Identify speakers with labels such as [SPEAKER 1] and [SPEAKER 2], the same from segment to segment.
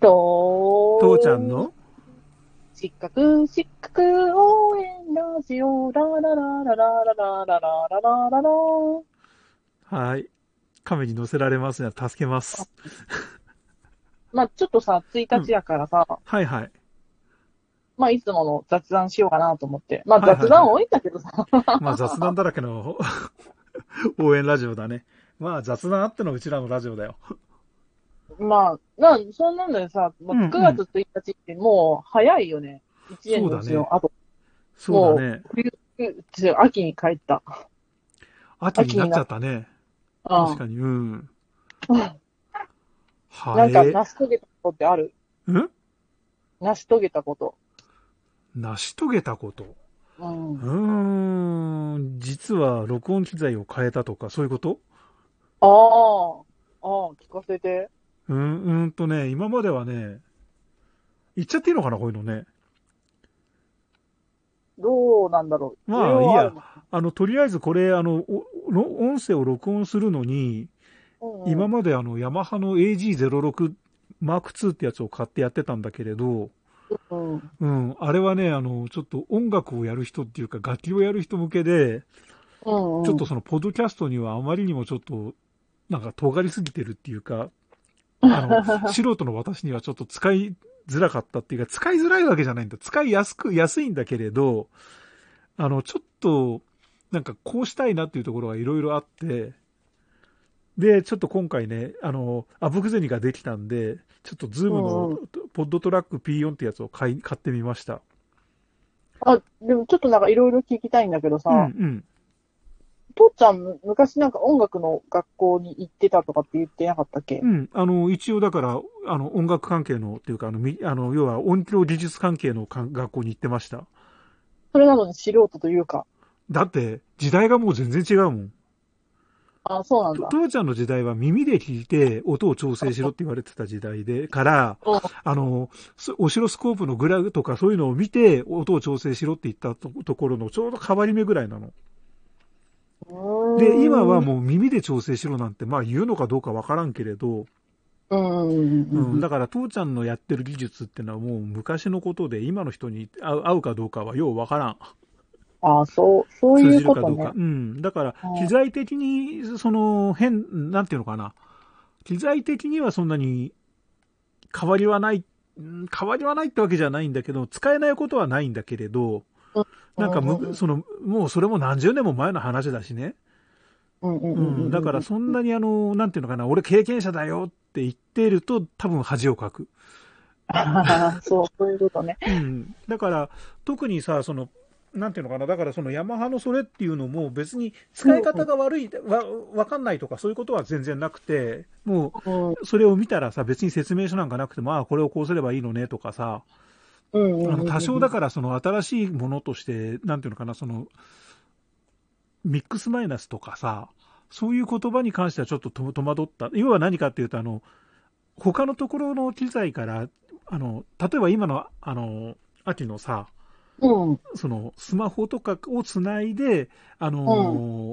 [SPEAKER 1] と、
[SPEAKER 2] 父ちゃんの
[SPEAKER 1] 失格、失格、応援ラジオ、ラララララララララララララ。
[SPEAKER 2] はい。亀に乗せられますね。助けます。
[SPEAKER 1] まあ、ちょっとさ、1日やからさ、
[SPEAKER 2] はいはい。
[SPEAKER 1] まあ、いつもの雑談しようかなと思って。まあ、
[SPEAKER 2] はいはいはい
[SPEAKER 1] 雑談多いんだけどさ。
[SPEAKER 2] まあ雑談だらけの 応援ラジオだね。まあ雑談あってのうちらのラジオだよ。
[SPEAKER 1] まあ、な、そんなんでさ、ま
[SPEAKER 2] うんう
[SPEAKER 1] あ、
[SPEAKER 2] ん
[SPEAKER 1] 9月1日ってもう早いよね。1年のうち
[SPEAKER 2] そうだね
[SPEAKER 1] の、あと、
[SPEAKER 2] そうだね。
[SPEAKER 1] ちょ秋に帰った。
[SPEAKER 2] 秋になっちゃったね。
[SPEAKER 1] うん
[SPEAKER 2] 確かに。 うん。は
[SPEAKER 1] なんか、成
[SPEAKER 2] い。
[SPEAKER 1] し遂げたことってある
[SPEAKER 2] うん
[SPEAKER 1] 成し遂げたこと。
[SPEAKER 2] 成し遂げたこと。
[SPEAKER 1] うん
[SPEAKER 2] う。ーん。実は録音機材を変えたとか、そういうこと
[SPEAKER 1] ああ、ああ、聞かせて。
[SPEAKER 2] うん、うーんとね、今まではね、言っちゃっていいのかな、こういうのね。
[SPEAKER 1] どうなんだろう。
[SPEAKER 2] まあ
[SPEAKER 1] 需要はるの。
[SPEAKER 2] あの、とりあえずこれ、あの、おお音声を録音するの
[SPEAKER 1] うん
[SPEAKER 2] に、
[SPEAKER 1] うん
[SPEAKER 2] 今まであの、ヤマハの AG06 マーク2ってやつを買ってやってたんだけれど、
[SPEAKER 1] うん
[SPEAKER 2] うん、あれはね、あの、ちょっと音楽をやる人っていうか、楽器をやる人向けで、
[SPEAKER 1] うんうん
[SPEAKER 2] ちょっとその、ポッドキャストにはあまりにもちょっと、なんか、尖りすぎてるってい うか、あの、素人の私にはちょっと使いづらかったっていうか、使いづらいわけじゃないんだ。使いやすく、安いんだけれど、あの、ちょっと、なんか、こうしたいなっていうところがいろいろあって、で、ちょっと今回ね、あの、あぶく銭ができたんで、ちょっとズーム
[SPEAKER 1] うんう
[SPEAKER 2] の、ポッドトラック P4 ってやつを買い、買ってみました。
[SPEAKER 1] あ、でもちょっとなんかいろいろ聞きたいんだけどさ、
[SPEAKER 2] うんうん。
[SPEAKER 1] 父ちゃんむ昔なんか音楽の学校に行ってたとかって言ってなかったっけ
[SPEAKER 2] うん、あの、一応だから、あの、音楽関係の、っていうか、あの、みあの要は音響技術関係のか学校に行ってました。
[SPEAKER 1] それなのに素人というか。
[SPEAKER 2] だって、時代がもう全然違うもん。
[SPEAKER 1] あそうなん
[SPEAKER 2] と
[SPEAKER 1] だ。
[SPEAKER 2] 父ちゃんの時代は耳で聞いて、音を調整しろって言われてた時代で、から、
[SPEAKER 1] うん
[SPEAKER 2] あの、そオシロスコープのグラフとかそういうのを見て、音を調整しろって言ったとところの、ちょうど変わり目ぐらいなの。で、今はもう耳で調整しろなんて、まあ言うのかどうかわからんけれど、
[SPEAKER 1] うーん。うんうんうん
[SPEAKER 2] う、
[SPEAKER 1] うんん。
[SPEAKER 2] だから父ちゃんのやってる技術ってのはもう昔のことで今の人に合う合うかどうかはようわからん
[SPEAKER 1] あそう、そう
[SPEAKER 2] 通
[SPEAKER 1] い
[SPEAKER 2] じ
[SPEAKER 1] う
[SPEAKER 2] る
[SPEAKER 1] こ
[SPEAKER 2] かど
[SPEAKER 1] と
[SPEAKER 2] う
[SPEAKER 1] ね
[SPEAKER 2] か。うん、だから
[SPEAKER 1] うん
[SPEAKER 2] 機材的にその変なんていうのかな機材的にはそんなに変わりはないうん変わりはないってわけじゃないんだけど使えないことはないんだけれどなんか
[SPEAKER 1] うんうんう
[SPEAKER 2] む
[SPEAKER 1] ん
[SPEAKER 2] そのもうそれも何十年も前の話だしね
[SPEAKER 1] うんうんう
[SPEAKER 2] うん
[SPEAKER 1] うん
[SPEAKER 2] ん、だからそんなにあの、なんていうのかな、俺経験者だよって言ってると多分恥をかく。
[SPEAKER 1] そう、そういうことね。
[SPEAKER 2] うん、だから特にさそのなんていうのかなだからそのヤマハのそれっていうのも別に使い方が悪い、わわかんないとかそういうことは全然なくても
[SPEAKER 1] うん。うん
[SPEAKER 2] うそれを見たらさ別に説明書なんかなくてもああこれをこうすればいいのねとかさ
[SPEAKER 1] うん
[SPEAKER 2] あ
[SPEAKER 1] うんう
[SPEAKER 2] の
[SPEAKER 1] ん。
[SPEAKER 2] 多少だからその新しいものとしてなんていうのかなそのミックスマイナスとかさそういう言葉に関してはちょっとと戸惑った要は何かっていうとあの他のところの機材からあの例えば今のあの秋のさ
[SPEAKER 1] うん。
[SPEAKER 2] そのスマホとかをつないで、あの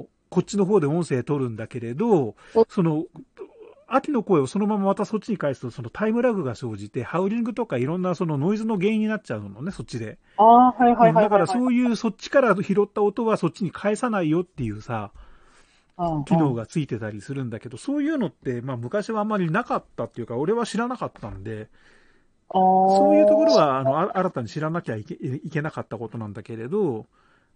[SPEAKER 2] ーこっちの方で音声取るんだけれど
[SPEAKER 1] お、
[SPEAKER 2] その、秋の声をそのまままたそっちに返すと、そのタイムラグが生じて、ハウリングとかいろんなそのノイズの原因になっちゃうのね、そっちで。
[SPEAKER 1] ああー、はいはいはいはいはい。
[SPEAKER 2] だからそういうそっちから拾った音はそっちに返さないよっていうさ、
[SPEAKER 1] うん
[SPEAKER 2] 機能がついてたりするんだけど、そういうのって、まあ昔はあんまりなかったっていうか、俺は知らなかったんで、そういうところは、あの、あ新たに知らなきゃいけいけなかったことなんだけれど、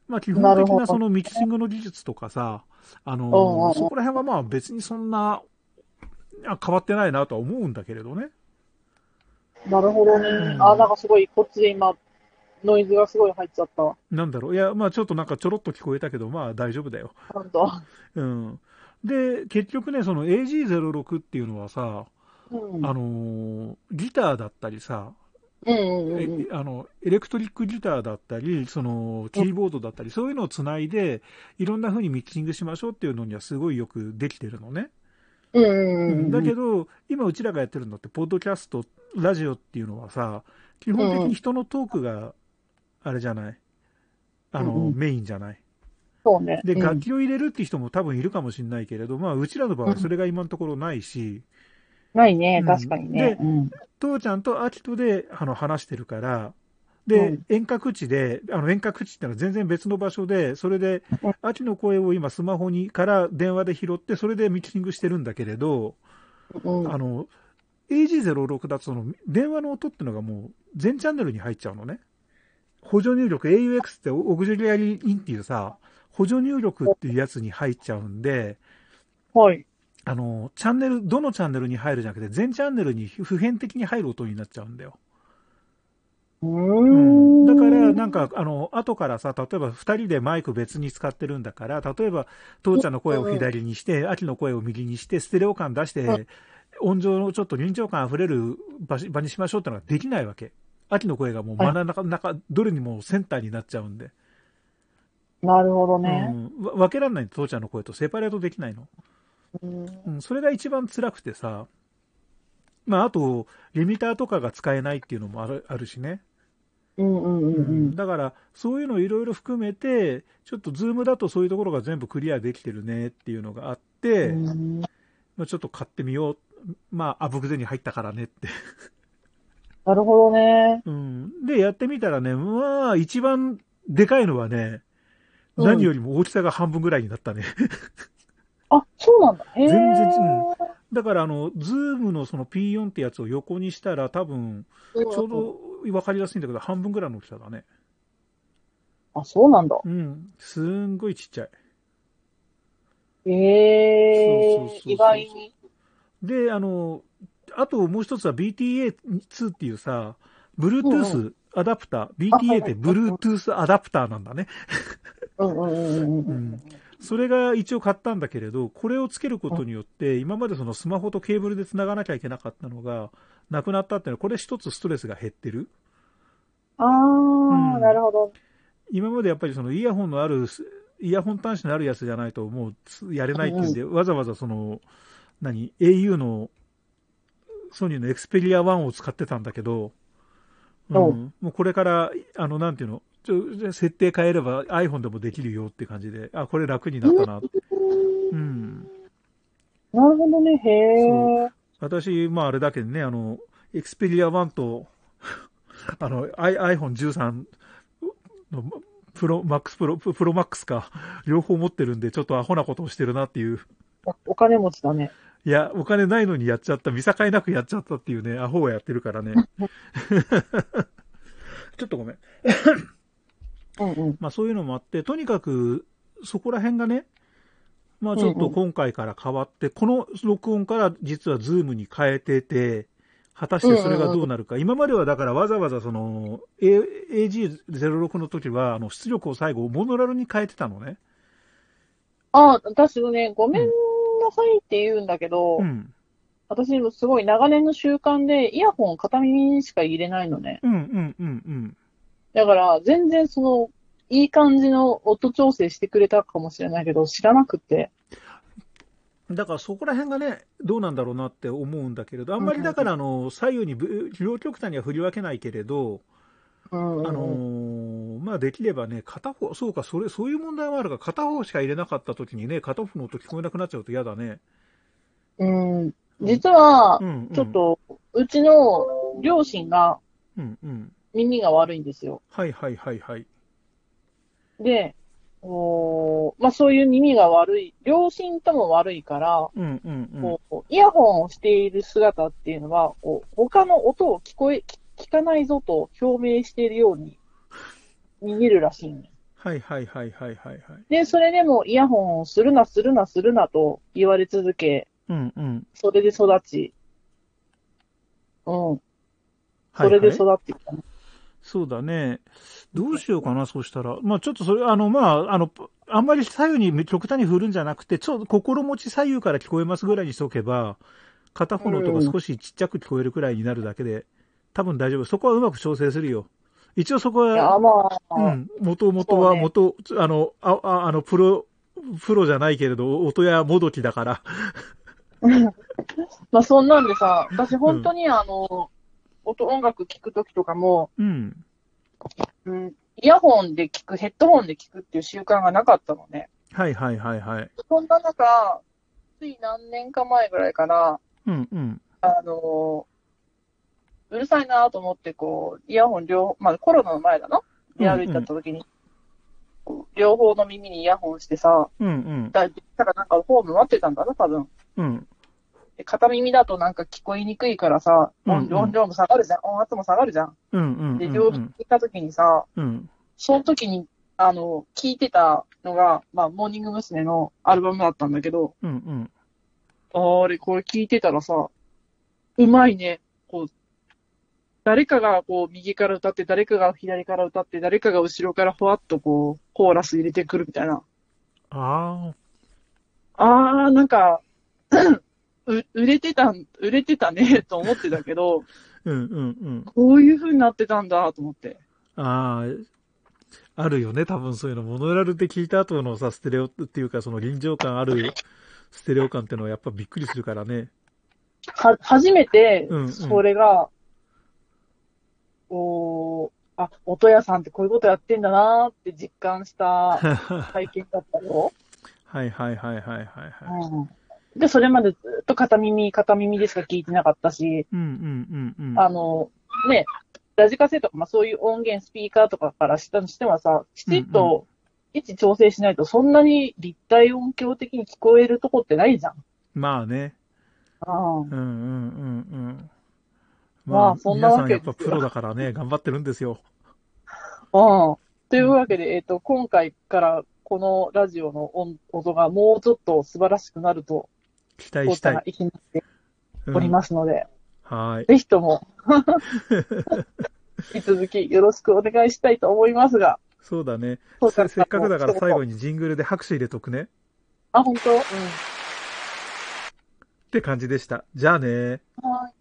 [SPEAKER 2] まあ、基
[SPEAKER 1] な
[SPEAKER 2] 本
[SPEAKER 1] る
[SPEAKER 2] 的
[SPEAKER 1] ほど
[SPEAKER 2] なそのミキシングの技術とかさ、あの
[SPEAKER 1] うんうんうん
[SPEAKER 2] そこら辺はまあ別にそんな、あ変わってないなとは思うんだけれどね。
[SPEAKER 1] なるほどね。
[SPEAKER 2] うん
[SPEAKER 1] あ、なんかすごい、こっちで今、ノイズがすごい入っちゃったわ。
[SPEAKER 2] なんだろう。いや、まあちょっとなんかちょろっと聞こえたけど、まあ大丈夫だよ。
[SPEAKER 1] ちゃんと。
[SPEAKER 2] うん。で、結局ね、その AG06 っていうのはさ、
[SPEAKER 1] うん。
[SPEAKER 2] あのギターだったりさ、
[SPEAKER 1] うんうんうんうん。
[SPEAKER 2] えあのエレクトリックギターだったり、そのキーボードだったり、そういうのをつないで、いろんな風にミキシングしましょうっていうのにはすごいよくできてるのね。
[SPEAKER 1] うんうんうんうん。
[SPEAKER 2] だけど、今、うちらがやってるのって、ポッドキャスト、ラジオっていうのはさ、基本的に人のトークがあれじゃない、あの
[SPEAKER 1] うんうん
[SPEAKER 2] メインじゃない。
[SPEAKER 1] そうね。
[SPEAKER 2] で、
[SPEAKER 1] うん
[SPEAKER 2] 楽器を入れるって人も多分いるかもしれないけれど、まあ、うちらの場合はそれが今のところないし、
[SPEAKER 1] ないね
[SPEAKER 2] う、ん
[SPEAKER 1] 確かにね。うん。
[SPEAKER 2] 父ちゃんとアキトで、あの、話してるから、で、
[SPEAKER 1] うん
[SPEAKER 2] 遠隔地で、あの、遠隔地ってのは全然別の場所で、それで
[SPEAKER 1] うん、
[SPEAKER 2] アキの声を今スマホに、から電話で拾って、それでミーティングしてるんだけれど、
[SPEAKER 1] うん。
[SPEAKER 2] あの、AG06 だとその電話の音ってのがもう全チャンネルに入っちゃうのね。補助入力、AUX ってオグジュリアリインっていうさ、補助入力っていうやつに入っちゃうんで、
[SPEAKER 1] はい。
[SPEAKER 2] あの、チャンネル、どのチャンネルに入るじゃなくて、全チャンネルに普遍的に入る音になっちゃうんだよ。
[SPEAKER 1] うー
[SPEAKER 2] うん
[SPEAKER 1] ん。
[SPEAKER 2] だから、なんか、あの、後からさ、例えば二人でマイク別に使ってるんだから、例えば、父ちゃんの声を左にして、秋の声を右にして、ステレオ感出して、音情のちょっと臨場感溢れる場所場にしましょうってのができないわけ。秋の声がもう真ん中、中、どれにもセンターになっちゃうんで。
[SPEAKER 1] なるほど
[SPEAKER 2] う
[SPEAKER 1] ね。
[SPEAKER 2] ん。わ分けられないの父ちゃんの声とセパレートできないの。
[SPEAKER 1] うん。
[SPEAKER 2] うん。それが一番辛くてさ、まあ、あと、リミターとかが使えないっていうのもあるあるしね。
[SPEAKER 1] うんうんうんうん。
[SPEAKER 2] だから、そういうのいろいろ含めて、ちょっとズームだとそういうところが全部クリアできてるねっていうのがあって、
[SPEAKER 1] うん
[SPEAKER 2] まあ、ちょっと買ってみよう。まあ、あぶくぜに入ったからねって。
[SPEAKER 1] なるほどね。
[SPEAKER 2] うん。で、やってみたらね、まあ、一番でかいのはね、
[SPEAKER 1] うん
[SPEAKER 2] 何よりも大きさが半分ぐらいになったね。
[SPEAKER 1] あ、そうなんだ。へえ。
[SPEAKER 2] 全然だから、あの、ズームのその P4 ってやつを横にしたら、多分、
[SPEAKER 1] ち
[SPEAKER 2] ちょうど分かりやすいんだけど、半分ぐらいの大きさだね。
[SPEAKER 1] あ、そうなんだ。
[SPEAKER 2] うん。すんごいちっちゃい。
[SPEAKER 1] へえ
[SPEAKER 2] そうそうそうそう
[SPEAKER 1] 意外に。
[SPEAKER 2] で、あの、あともう一つは BTA2 っていうさ、
[SPEAKER 1] う
[SPEAKER 2] Bluetooth アダプター、
[SPEAKER 1] あはいはい
[SPEAKER 2] BTA って Bluetooth アダプターなんだね。
[SPEAKER 1] うんうんうんうんう
[SPEAKER 2] うんん。それが一応買ったんだけれど、これをつけることによって、今までそのスマホとケーブルで繋がなきゃいけなかったのが、なくなったっていうのは、これ一つストレスが減ってる。
[SPEAKER 1] あ
[SPEAKER 2] う
[SPEAKER 1] あ、
[SPEAKER 2] ん
[SPEAKER 1] なるほど。
[SPEAKER 2] 今までやっぱりそのイヤホンのある、イヤホン端子のあるやつじゃないともうつやれないっていうんで、わざわざその、何、au の、ソニーの Xperia 1を使ってたんだけど、うん
[SPEAKER 1] おう
[SPEAKER 2] もうこれから、あの、なんていうの、ちょじゃあ設定変えれば iPhone でもできるよって感じで、あ、これ楽になったな。うん。
[SPEAKER 1] なるほどね。へ
[SPEAKER 2] そ
[SPEAKER 1] え。
[SPEAKER 2] 私、まああれだけどね、あの、Xperia 1と、 あの、I- iPhone13 の、プロ、マックスプロ、プロマックスか、両方持ってるんで、ちょっとアホなことをしてるなっていう。
[SPEAKER 1] おお金持ちだね。
[SPEAKER 2] いや、お金ないのにやっちゃった、見境なくやっちゃったっていうね、アホをやってるからね。 ちょっとごめん。
[SPEAKER 1] うんうん。
[SPEAKER 2] まあそういうのもあって、とにかく、そこら辺がね、まあちょっと今回から変わって、この録音から実はズームに変えてて、果たしてそれがどうなるか。今まではだからわざわざその、A- AG06 の時は、あの、出力を最後、モノラルに変えてたのね。
[SPEAKER 1] あ、私ね、ごめんなさいって言うんだけど、
[SPEAKER 2] うん。
[SPEAKER 1] 私もすごい長年の習慣でイヤホン片耳にしか入れないのね。
[SPEAKER 2] うんうんうんうん。
[SPEAKER 1] だから全然その、いい感じの音調整してくれたかもしれないけど、知らなくて。
[SPEAKER 2] だからそこら辺がね、どうなんだろうなって思うんだけれど、あんまりだからあの、左右にぶ、両極端には振り分けないけれど、
[SPEAKER 1] うんうん
[SPEAKER 2] あのーまあ、できればね、片方、そうか、それ、そういう問題もあるが、片方しか入れなかった時にね、片方の音聞こえなくなっちゃうと嫌だね。
[SPEAKER 1] うん、うん。実は
[SPEAKER 2] う、ん、うん
[SPEAKER 1] ちょっ。と、うちの両親が
[SPEAKER 2] うん、うん。
[SPEAKER 1] 耳が悪いんですよ。
[SPEAKER 2] はいはいはいはい。
[SPEAKER 1] で、おーまあ、そういう耳が悪い、両親とも悪いから、
[SPEAKER 2] うん、うん、うん。
[SPEAKER 1] こうイヤホンをしている姿っていうのは、こう他の音を聞こえ、聞聞かないぞと表明しているように見えるらしいの
[SPEAKER 2] はいはいはいはいはいはい。
[SPEAKER 1] で、それでもイヤホンをするな、するな、するなと言われ続け、
[SPEAKER 2] うん、うん。
[SPEAKER 1] それで育ち、うん、
[SPEAKER 2] はい
[SPEAKER 1] そ
[SPEAKER 2] は
[SPEAKER 1] れ
[SPEAKER 2] い
[SPEAKER 1] で育ってきたね。
[SPEAKER 2] そうだね。どうしようかな、そうしたら。まあ、ちょっとそれ、あの、まあ、あの、あんまり左右に極端に振るんじゃなくて、ちょっと心持ち左右から聞こえますぐらいにしとけば、片方の音が少しちっちゃく聞こえるくらいになるだけで、多分大丈夫。そこはうまく調整するよ。一応そこ
[SPEAKER 1] いや、
[SPEAKER 2] は、
[SPEAKER 1] まあ、
[SPEAKER 2] うん、元々
[SPEAKER 1] そ
[SPEAKER 2] は
[SPEAKER 1] うね
[SPEAKER 2] 元、あの、あ、ああの、プロ、プロじゃないけれど、音やもどきだから。
[SPEAKER 1] まあそんなんでさ、私本当にあの、音音楽聴くときとかも、
[SPEAKER 2] うん。
[SPEAKER 1] うん、イヤホンで聞く、ヘッドホンで聞くっていう習慣がなかったのね。
[SPEAKER 2] はいはいはいはい。
[SPEAKER 1] そんな中、つい何年か前ぐらいから、
[SPEAKER 2] うんうん。
[SPEAKER 1] あのるさいなと思って、こう、イヤホン両方、まあコロナの前だなで
[SPEAKER 2] うんうん
[SPEAKER 1] 歩いてた時に、こう両方の耳にイヤホンしてさ、
[SPEAKER 2] うんうん。
[SPEAKER 1] だたらなんかホーム待ってたんだな、多分。
[SPEAKER 2] うん。
[SPEAKER 1] で片耳だとなんか聞こえにくいからさ、
[SPEAKER 2] うん
[SPEAKER 1] 音音量も下がるじゃん、音圧も下がるじゃん。
[SPEAKER 2] うんうん。
[SPEAKER 1] で、両
[SPEAKER 2] う
[SPEAKER 1] 耳聞
[SPEAKER 2] ん
[SPEAKER 1] いた時にさ、
[SPEAKER 2] うん。
[SPEAKER 1] その時に、あの、聞いてたのが、まあ、モーニング娘。のアルバムだったんだけど、
[SPEAKER 2] うんうん。
[SPEAKER 1] あれ、これ聞いてたらさ、うまいね。こう、誰かがこう、右から歌って、誰かが左から歌って、誰かが後ろからふわっとこう、コーラス入れてくるみたいな。
[SPEAKER 2] あ
[SPEAKER 1] あー、なんか、 う、売れてたん、売れてたね、 と思ってたけど、
[SPEAKER 2] あ。うんうんうん。
[SPEAKER 1] こういう風になってたんだ、と思って。
[SPEAKER 2] ああ。あるよね、多分そういうの。モノラルで聞いた後のさ、ステレオっていうか、その臨場感あ るステレオ感っていうのはやっぱびっくりするから ね。
[SPEAKER 1] は、初めて
[SPEAKER 2] うんう、ん
[SPEAKER 1] それが、こう、あ、音屋さんってこういうことやってんだなーって実感した
[SPEAKER 2] は
[SPEAKER 1] 体験だったよ。
[SPEAKER 2] いはいはいはいはいはい。
[SPEAKER 1] うん。で、それまでずっと片耳、片耳でしか聞いてなかったし、
[SPEAKER 2] うんうんうんうん。
[SPEAKER 1] あの、ね、ラジカセとか、まあそういう音源、スピーカーとかからしたにしてはさ、きちっ
[SPEAKER 2] うん
[SPEAKER 1] と位置調整しないとそんなに立体音響的に聞こえるとこってないじゃん。
[SPEAKER 2] まあね。
[SPEAKER 1] うん。
[SPEAKER 2] うんうんうんうん。
[SPEAKER 1] まあそんなわけ
[SPEAKER 2] 皆さんやっぱプロだからね、頑張ってるんですよ。
[SPEAKER 1] うん。というわけで、えっ、と、今回からこのラジオの音音がもうちょっと素晴らしくなると、
[SPEAKER 2] 期待したい
[SPEAKER 1] が。生きって
[SPEAKER 2] うん
[SPEAKER 1] おりますので、
[SPEAKER 2] はい。
[SPEAKER 1] ぜひとも、 引き続きよろしくお願いしたいと思いますが、
[SPEAKER 2] そうだね。
[SPEAKER 1] そう
[SPEAKER 2] せせっかくだから最後
[SPEAKER 1] に。
[SPEAKER 2] にジングルで拍手入れとくね。
[SPEAKER 1] あ、本当うん。
[SPEAKER 2] って感じでした。じゃあね
[SPEAKER 1] はい。